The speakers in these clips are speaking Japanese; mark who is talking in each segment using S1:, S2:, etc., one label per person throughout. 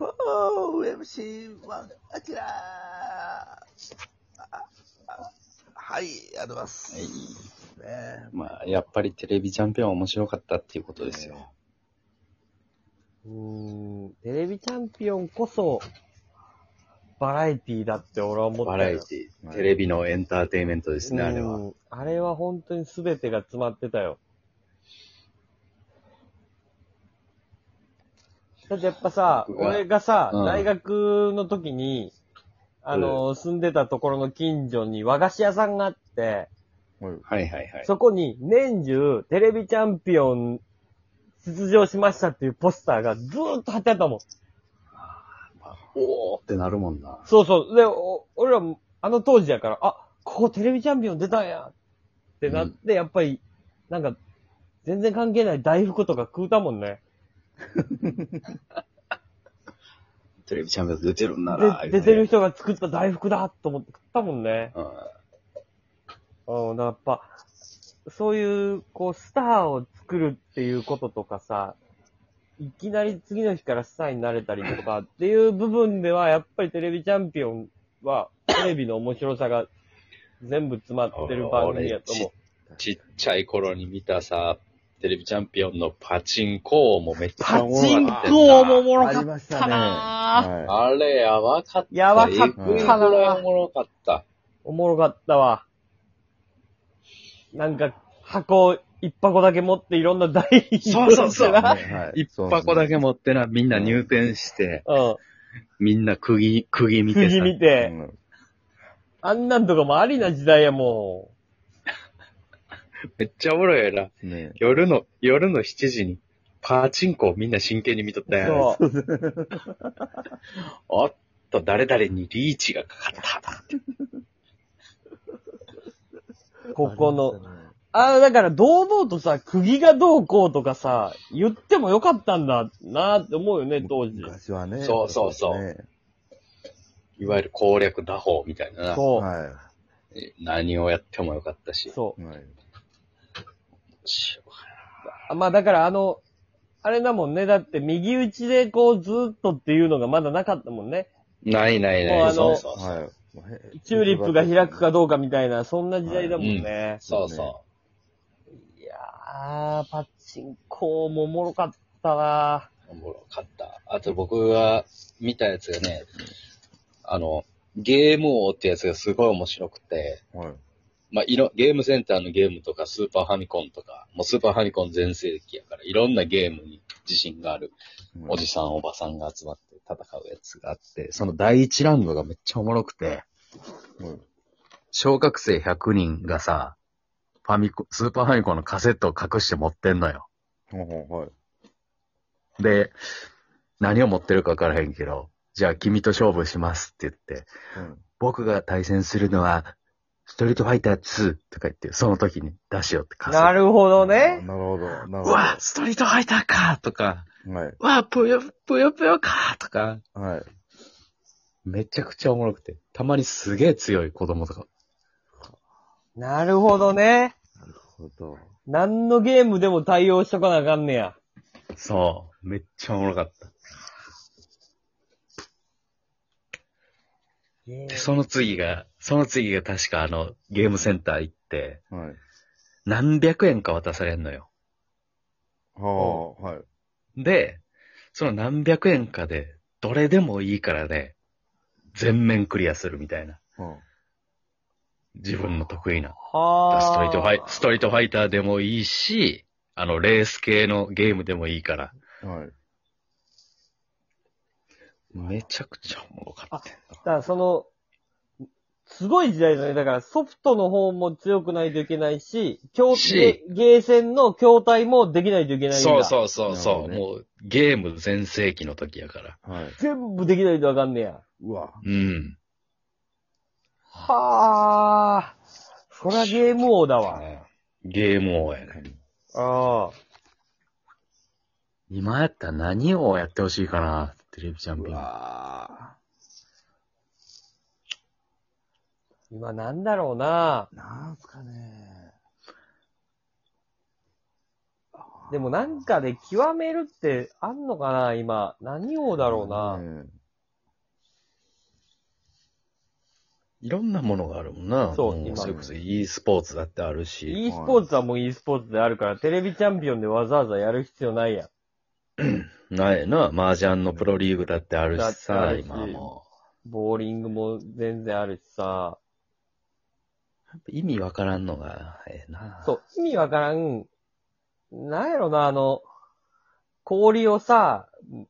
S1: おー、MC1、アキラーああはい、ありがとうございます。
S2: はい。
S1: ね
S2: まあ、やっぱりテレビチャンピオンは面白かったっていうことですよ。
S3: うーん、テレビチャンピオンこそ、バラエティだって俺は思った
S2: バラエ
S3: ィ
S2: ティ、
S3: はい
S2: テレビのエンターテインメントで
S3: です
S2: ね、あれは。。
S3: あれは本当に全てが詰まってたよ。だってやっぱさ、
S2: 僕が
S3: 俺がさ、
S2: うん
S3: 大学の時に、あの、住んでたところの近所に和菓子屋さんがあって、
S2: はいはいはい。
S3: そこに年中テレビチャンピオン出場しましたっていうポスターがずーっと貼ってあったもん。
S2: おーってなるもんな。
S3: そうそう。で、お俺らも、あの当時やから、あ、ここテレビチャンピオン出たんやってなって、やっぱり、なんか、全然関係ない大福とか食うたもんね。
S2: テレビチャンピオン出てるんなら。
S3: で、
S2: 言
S3: 出
S2: うて
S3: てる人が作った大福だと思って食ったもんね。
S2: うん。
S3: うん、だからやっぱ、そういう、こう、スターを作るっていうこととかさ、いきなり次の日からスターになれたりとかっていう部分では、やっぱりテレビチャンピオンは、テレビの面白さが全部詰まってる番組やと思う。
S2: ちっちゃい頃に見たさ、テレビチャンピオンのパチンコ王もめっちゃ
S4: パチン
S2: おもろ
S4: コ
S2: か
S4: 王
S2: った
S4: もおもろあかりっましたたね。なぁ。
S2: あれ、やばかった。
S3: やばかった
S4: な
S2: えぐいぐらいおもろかった。
S3: おもろかったわ。なんか、箱一箱だけ持っていろんな台に
S2: そうそうそう
S3: 乗ってな
S4: はい
S2: 一箱だけ持ってな、みんな入店して、
S3: うん。
S2: みんな釘、釘見て
S3: 釘
S2: さ。
S3: 見
S4: そう
S3: て。
S4: ですね
S3: あんなんとかもありな時代やも
S2: めっちゃおもろいやな。
S4: うんね
S2: 夜の、夜の7時に、パチンコをみんな真剣に見とった
S3: ん。
S2: やん。
S3: そう。
S2: おっと、誰々にリーチがかかった。
S3: ここの。。ああ、だから堂々とさ、釘がどうこうとかさ、言ってもよかったんだなって思うよね、当時。
S4: 昔はね。
S2: そうそうそう
S4: ですね
S2: いわゆる攻略打法みたいなな。
S3: そ
S4: は
S2: 何をやってもよかった
S3: う。
S2: し。
S3: そう
S4: い。。はい
S3: あまあだからあの、あれだもんね。だって右打ちでこうずーっとっていうのがまだなかったもんね。
S2: ないない
S3: もう
S2: な
S3: あ
S2: い。そ
S3: の
S2: うそうそう。
S4: はいもうへ。
S3: チューリップが開くかどうかみたいな、そんな時代だもんね。
S2: そうそ
S3: いやー、パチンコもおもろかったな
S2: う。おもろかった。あと僕が見たやつがね、あの、ゲーム王ってやつがすごい面白くて、
S4: はい。
S2: まあ、いろ、ゲームセンターのゲームとか、スーパーファミコンとか、もうスーパーファミコン全盛期やから、いろんなゲームに自信がある、おじさん、おばさんが集まって戦うやつがあって、その第一ラウンドがめっちゃおもろくて、
S4: うん
S2: 小学生100人がさ、ファミコン、スーパーファミコンのカセットを隠して持ってんのよ。
S4: ほうほうはい。
S2: で、何を持ってるかわからへんけど、じゃあ君と勝負しますって言って、
S4: うん
S2: 僕が対戦するのは、ストリートファイター2とか言って、その時に出しようってカセット
S3: なるほどね。
S4: なるほど。なるほ
S2: う
S4: ど。
S2: わ、ストリートファイターかとか、
S4: はい。
S2: うわ、ぷよ、ぷよぷよかとか、
S4: はい。
S2: めちゃくちゃおもろくて、たまにすげえ強い子供とか。
S3: なるほどね。
S4: ほど。
S3: 何のゲームでも対応しとかなあかんねや。
S2: そう、めっちゃおもろかった。で、その次が、その次が確かあの、ゲームセンター行って、
S4: はい。
S2: 何百円か渡されんのよ。
S4: はあ、はい。
S2: で、その何百円かで、どれでもいいからね、全面クリアするみたいな。
S4: は
S2: 自分の得意な。
S3: はあ。
S2: ストリートファイ、ストリートファイターでもいいし、あの、レース系のゲームでもいいから。
S4: あはい。
S2: めちゃくちゃおもろかった。
S3: だからその、すごい時代だね。だからソフトの方も強くないといけないし、強
S2: し
S3: ゲゲーセンの筐体もできないといけないんだ。
S2: そう
S3: う。
S2: そうそうそう、
S4: なる
S2: もう、ゲーム全盛期の時やから。
S4: はい。
S3: 全部できないとあかんねや。
S4: うわ。
S2: うん。
S3: はあ。そりゃゲーム王だわ。
S2: ゲーム王やね。
S3: ああ。
S2: 今やったら何をやってほしいかな、テレビチャン
S4: う
S2: ピオン。
S4: わ
S3: 今なんだろうな
S4: なんすかね。
S3: でもなんかで極めるってあんのかな今。何をだろうな。
S4: ね
S2: いろんなものがあるもんな。
S3: そうん今
S2: それこそ e スポーツだってあるし。
S3: e スポーツはもう e スポーツであるから、テレビチャンピオンでわざわざやる必要ないやん。
S2: なんやな、麻雀のプロリーグだってあるし
S3: だってあ
S2: さ、
S3: るし
S2: 今も
S3: ボーリングも全然あるしさ。
S2: う。意味わからんのが、ええな。
S3: そう、意味わからん。なんやろな、あの、氷をさ、
S2: う。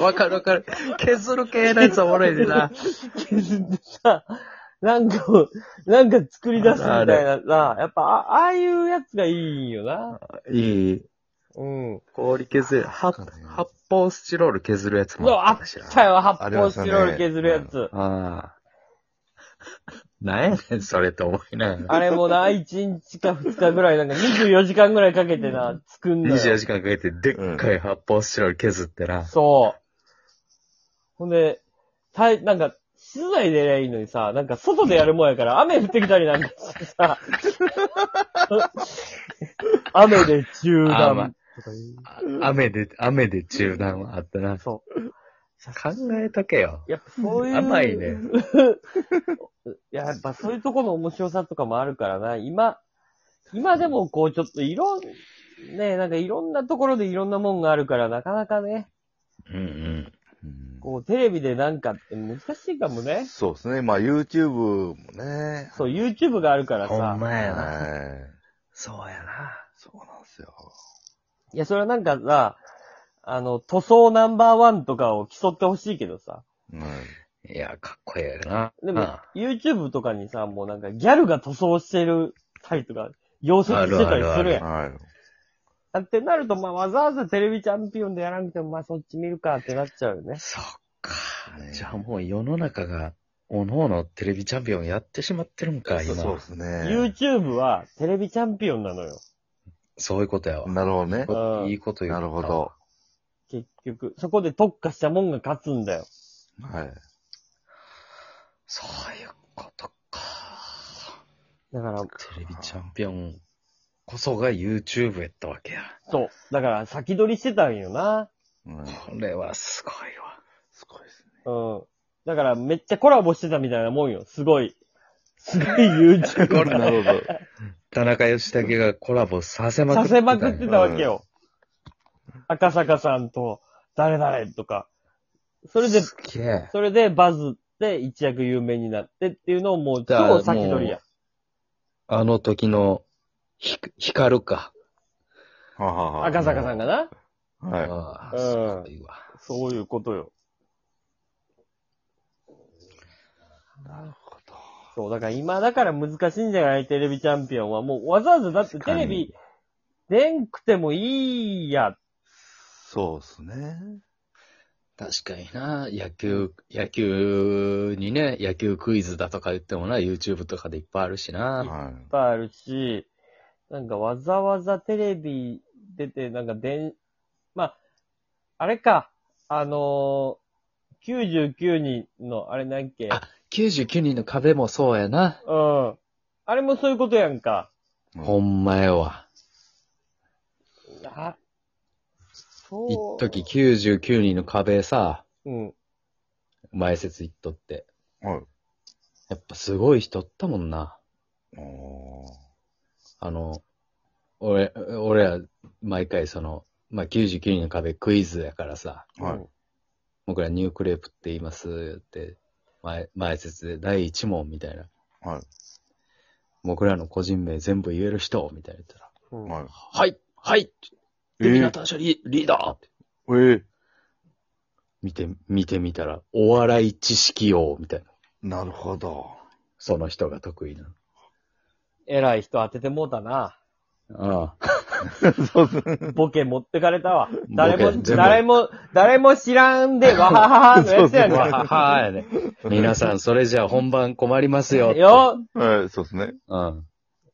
S2: わかるわかる。削る系のやつおもろいでな。
S3: 削ってさ、なんか、なんか作り出すみたいなさ、やっぱ、あああいうやつがいいんよな。
S2: いい。
S3: うん。う
S2: 氷削る。は発泡スチロール削るやつも
S3: わ、あ
S2: あ
S3: っ
S2: ったしな。
S3: たよ、発
S4: ありま
S3: 泡
S4: した
S3: ス
S4: ね
S3: チロール削るやつ。
S2: ああ。なんやねん、それって思いながら。
S3: あれもな、1日か2日ぐらい、なんか24時間ぐらいかけてな、作んの
S2: 24
S3: よ。
S2: 時間かけて、でっかい発泡スチロール削ってな。
S3: そう。ほんで、たい、なんか、室内でやりゃいいのにさ、なんか外でやるもんやから、雨降ってきたりなんかして さ、雨で中
S2: あまあ
S3: 断とかいう。
S2: 雨で、雨で中断はあったな。
S3: そう。
S2: 考えとけよ。
S3: やっぱそういう。
S2: 甘いね。
S3: いや、やっぱそういうとこの面白さとかもあるからな、今、今でもこうちょっといろん、ねえ、なんかいろんなところでいろんなもんがあるから、なかなかね、
S2: うんうん。
S4: うん
S3: こうテレビでなんかって難しいかもね。
S4: そうですね。まあ YouTube もね。
S3: そう、YouTube があるから
S2: ほん
S3: さ。
S2: まやな。
S4: はい。
S2: そうやな。
S4: そうなんですよ。
S3: いや、それはなんかさ、あの、塗装ナンバーワンとかを競ってほしいけどさ。
S4: はい
S2: いや、かっこええな。
S3: でも
S2: あ、
S3: YouTube とかにさ、もうなんかギャルが塗装してるたりとか、溶接してたりするやん。
S4: はい。
S3: だってなると、まあ、わざわざテレビチャンピオンでやらなくても、まあ、そっち見るかってなっちゃうよね。
S2: そっか
S4: ね。
S2: じゃあもう世の中が、おのおのテレビチャンピオンやってしまってるんか、今。
S4: そうですね。
S3: YouTube はテレビチャンピオンなのよ。
S2: そういうことやわ。
S4: なるほどね。
S3: うん
S2: いいこと言う。
S4: なるほど。。
S3: 結局。そこで特化したもんが勝つんだよ。
S4: はい。
S2: そういうことか。
S3: だから、
S2: テレビチャンピオンこそが YouTube やったわけや。
S3: そう。だから、先取りしてたんよな。
S4: うん
S2: これはすごいわ。
S4: すごいですね。
S3: うん。だから、めっちゃコラボしてたみたいなもんよ。すごい。すごい YouTube
S2: これ
S4: なるほど。
S2: 田中義武がコラボさせまく
S3: さ
S2: って
S3: せ
S2: たんや
S3: まくってたわけよ。赤坂さんと、誰々とか。それで、
S2: すげえ。
S3: それでバズって一躍有名になってっていうのをもう
S2: だから
S3: 超先取りや。
S2: あの時の、ひ、光るか。
S4: ははは
S3: 赤坂さんがな。
S4: はい。
S2: ああ、
S3: うん
S2: すごいわ。
S3: そういうことよ。
S4: なるほど。
S3: そう、だから今だから難しいんじゃないテレビチャンピオンは。もうわざわざだってテレビ出んくてもいいや。
S4: そうですね。
S2: 確かにな、野球、野球にね、野球クイズだとか言ってもな、YouTube とかでいっぱいあるしな。
S4: はい
S3: っぱいあるし、なんかわざわざテレビ出て、なんかでん、まあ、あれか、あのー、99人の、あれなんやっけ、
S2: あ99人の壁もそうやな。
S3: うん。あれもそういうことやんか。。
S2: ほんまやわ。
S3: あ、そ
S2: 一
S3: う。
S2: 時99人の壁さ、
S3: うん。
S2: 前説言っとって。
S4: はい。
S2: やっぱすごい人おったもんな。
S4: おー
S2: あの、俺、俺ら、毎回その、まあ、99人の壁クイズやからさ、
S4: はい
S3: うん
S2: 僕らニュークレープって言いますって、前、前説で第1問みたいな。
S4: はい。
S2: 僕らの個人名全部言える人みたいな言ったら、
S3: うん
S4: はい。
S2: はいはい
S4: え
S2: デビナ
S4: ー
S2: ターシャリリーダーって
S4: えー
S2: 見て、見てみたら、お笑い知識王みたいな。
S4: なるほど。
S2: その人が得意な。
S3: 偉い人当ててもうたな。
S2: ああ。
S4: そうですね。
S3: ボケ持ってかれたわ。誰
S2: ボケ
S3: も、
S2: 全部
S3: 誰も、誰も知ら んで、わはははのやつやねん。
S2: ははやね。皆さん、それじゃあ本番困りますよって。
S3: よ
S4: はい、そうですね。
S2: うん。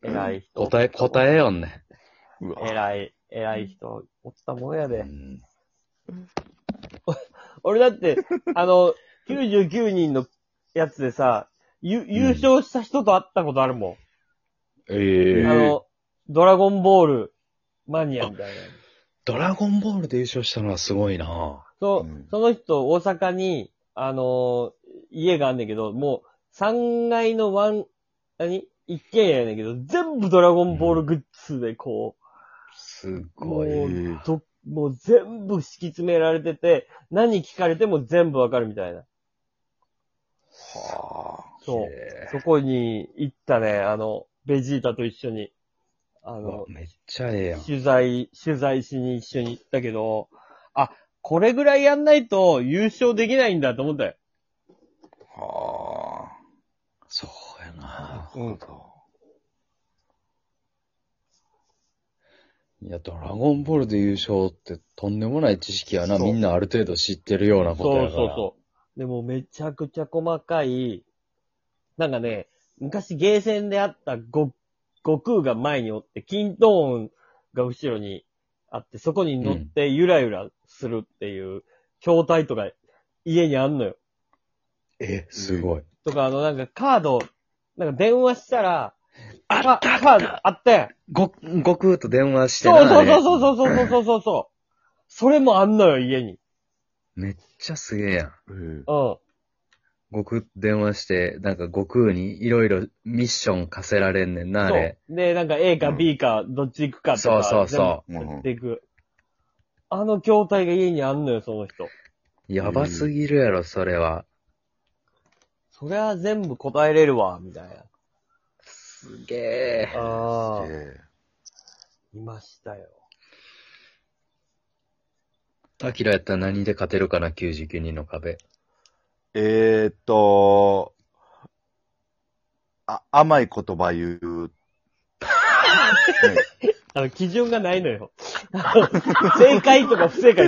S3: 偉い人。
S2: 答え、答えよんね。
S4: うわ。
S3: 偉い、偉い人、おったもんや
S2: う
S3: で。
S2: ん
S3: 俺だって、あの、99人のやつでさ、ゆ優勝した人と会ったことあるもん。
S2: ええ
S3: あの、ドラゴンボールマニアみたいな。
S2: ドラゴンボールで優勝したのはすごいな
S3: そう、
S4: うん
S3: その人、大阪に、あのー家があんねんけど、もう、3階のワン、何一軒家やねんけど、全部ドラゴンボールグッズでこ
S2: す
S3: う、も
S2: ごい。
S3: う、ど、もう全部敷き詰められてて、何聞かれても全部わかるみたいな。
S4: は
S3: そう。
S2: へ
S3: そこに行ったね、あの、ベジータと一緒に、あ
S2: ーうわ
S3: の、
S2: めっちゃええやん。
S3: 取材、取材しに一緒に行ったけど、あ、これぐらいやんないと優勝できないんだと思ったよ。
S4: あ。は
S2: そうや
S4: あ。なる
S2: な
S4: ほど。
S2: いや、ドラゴンボールで優勝ってとんでもない知識やな。
S3: そう
S2: みんなある程度知ってるようなこと
S3: そ
S2: や
S3: う
S2: から。
S3: そうそう。でもめちゃくちゃ細かい、なんかね、昔ゲーセンであったご悟空が前におって、金トーンが後ろにあって、そこに乗ってゆらゆらするっていう、筐体とか家にあんのよ。
S2: え、すごい。
S3: とか、あの、なんかカード、なんか電話したら、
S2: あ
S3: カカードあったやん。
S2: ご、悟空と電話して
S3: そう
S2: な
S3: そ
S2: あ
S3: うそうそうそうそうそうそう。それもあんのよ、家に。
S2: れめっちゃすげえやん。
S4: ええ
S3: うん。
S2: 悟空と電話して、なんか悟空にいろいろミッション課せられんねんな、あれ。
S3: そう。で、なんか A か B か、どっち行くかとか、
S2: そうそうそう
S3: 全部やっていく。あの筐体が家にあんのよ、その人。
S2: やばすぎるやろ、それは。
S3: そりゃ全部答えれるわ、みたいな。
S2: すげえ。
S3: ああ、
S4: え
S3: いましたよ。
S2: アキラやったら何で勝てるかな、99人の壁。
S4: ええーっと、あ、甘い言葉言う。ね
S3: あの、基準がないのよ。あの正解とか不正解とか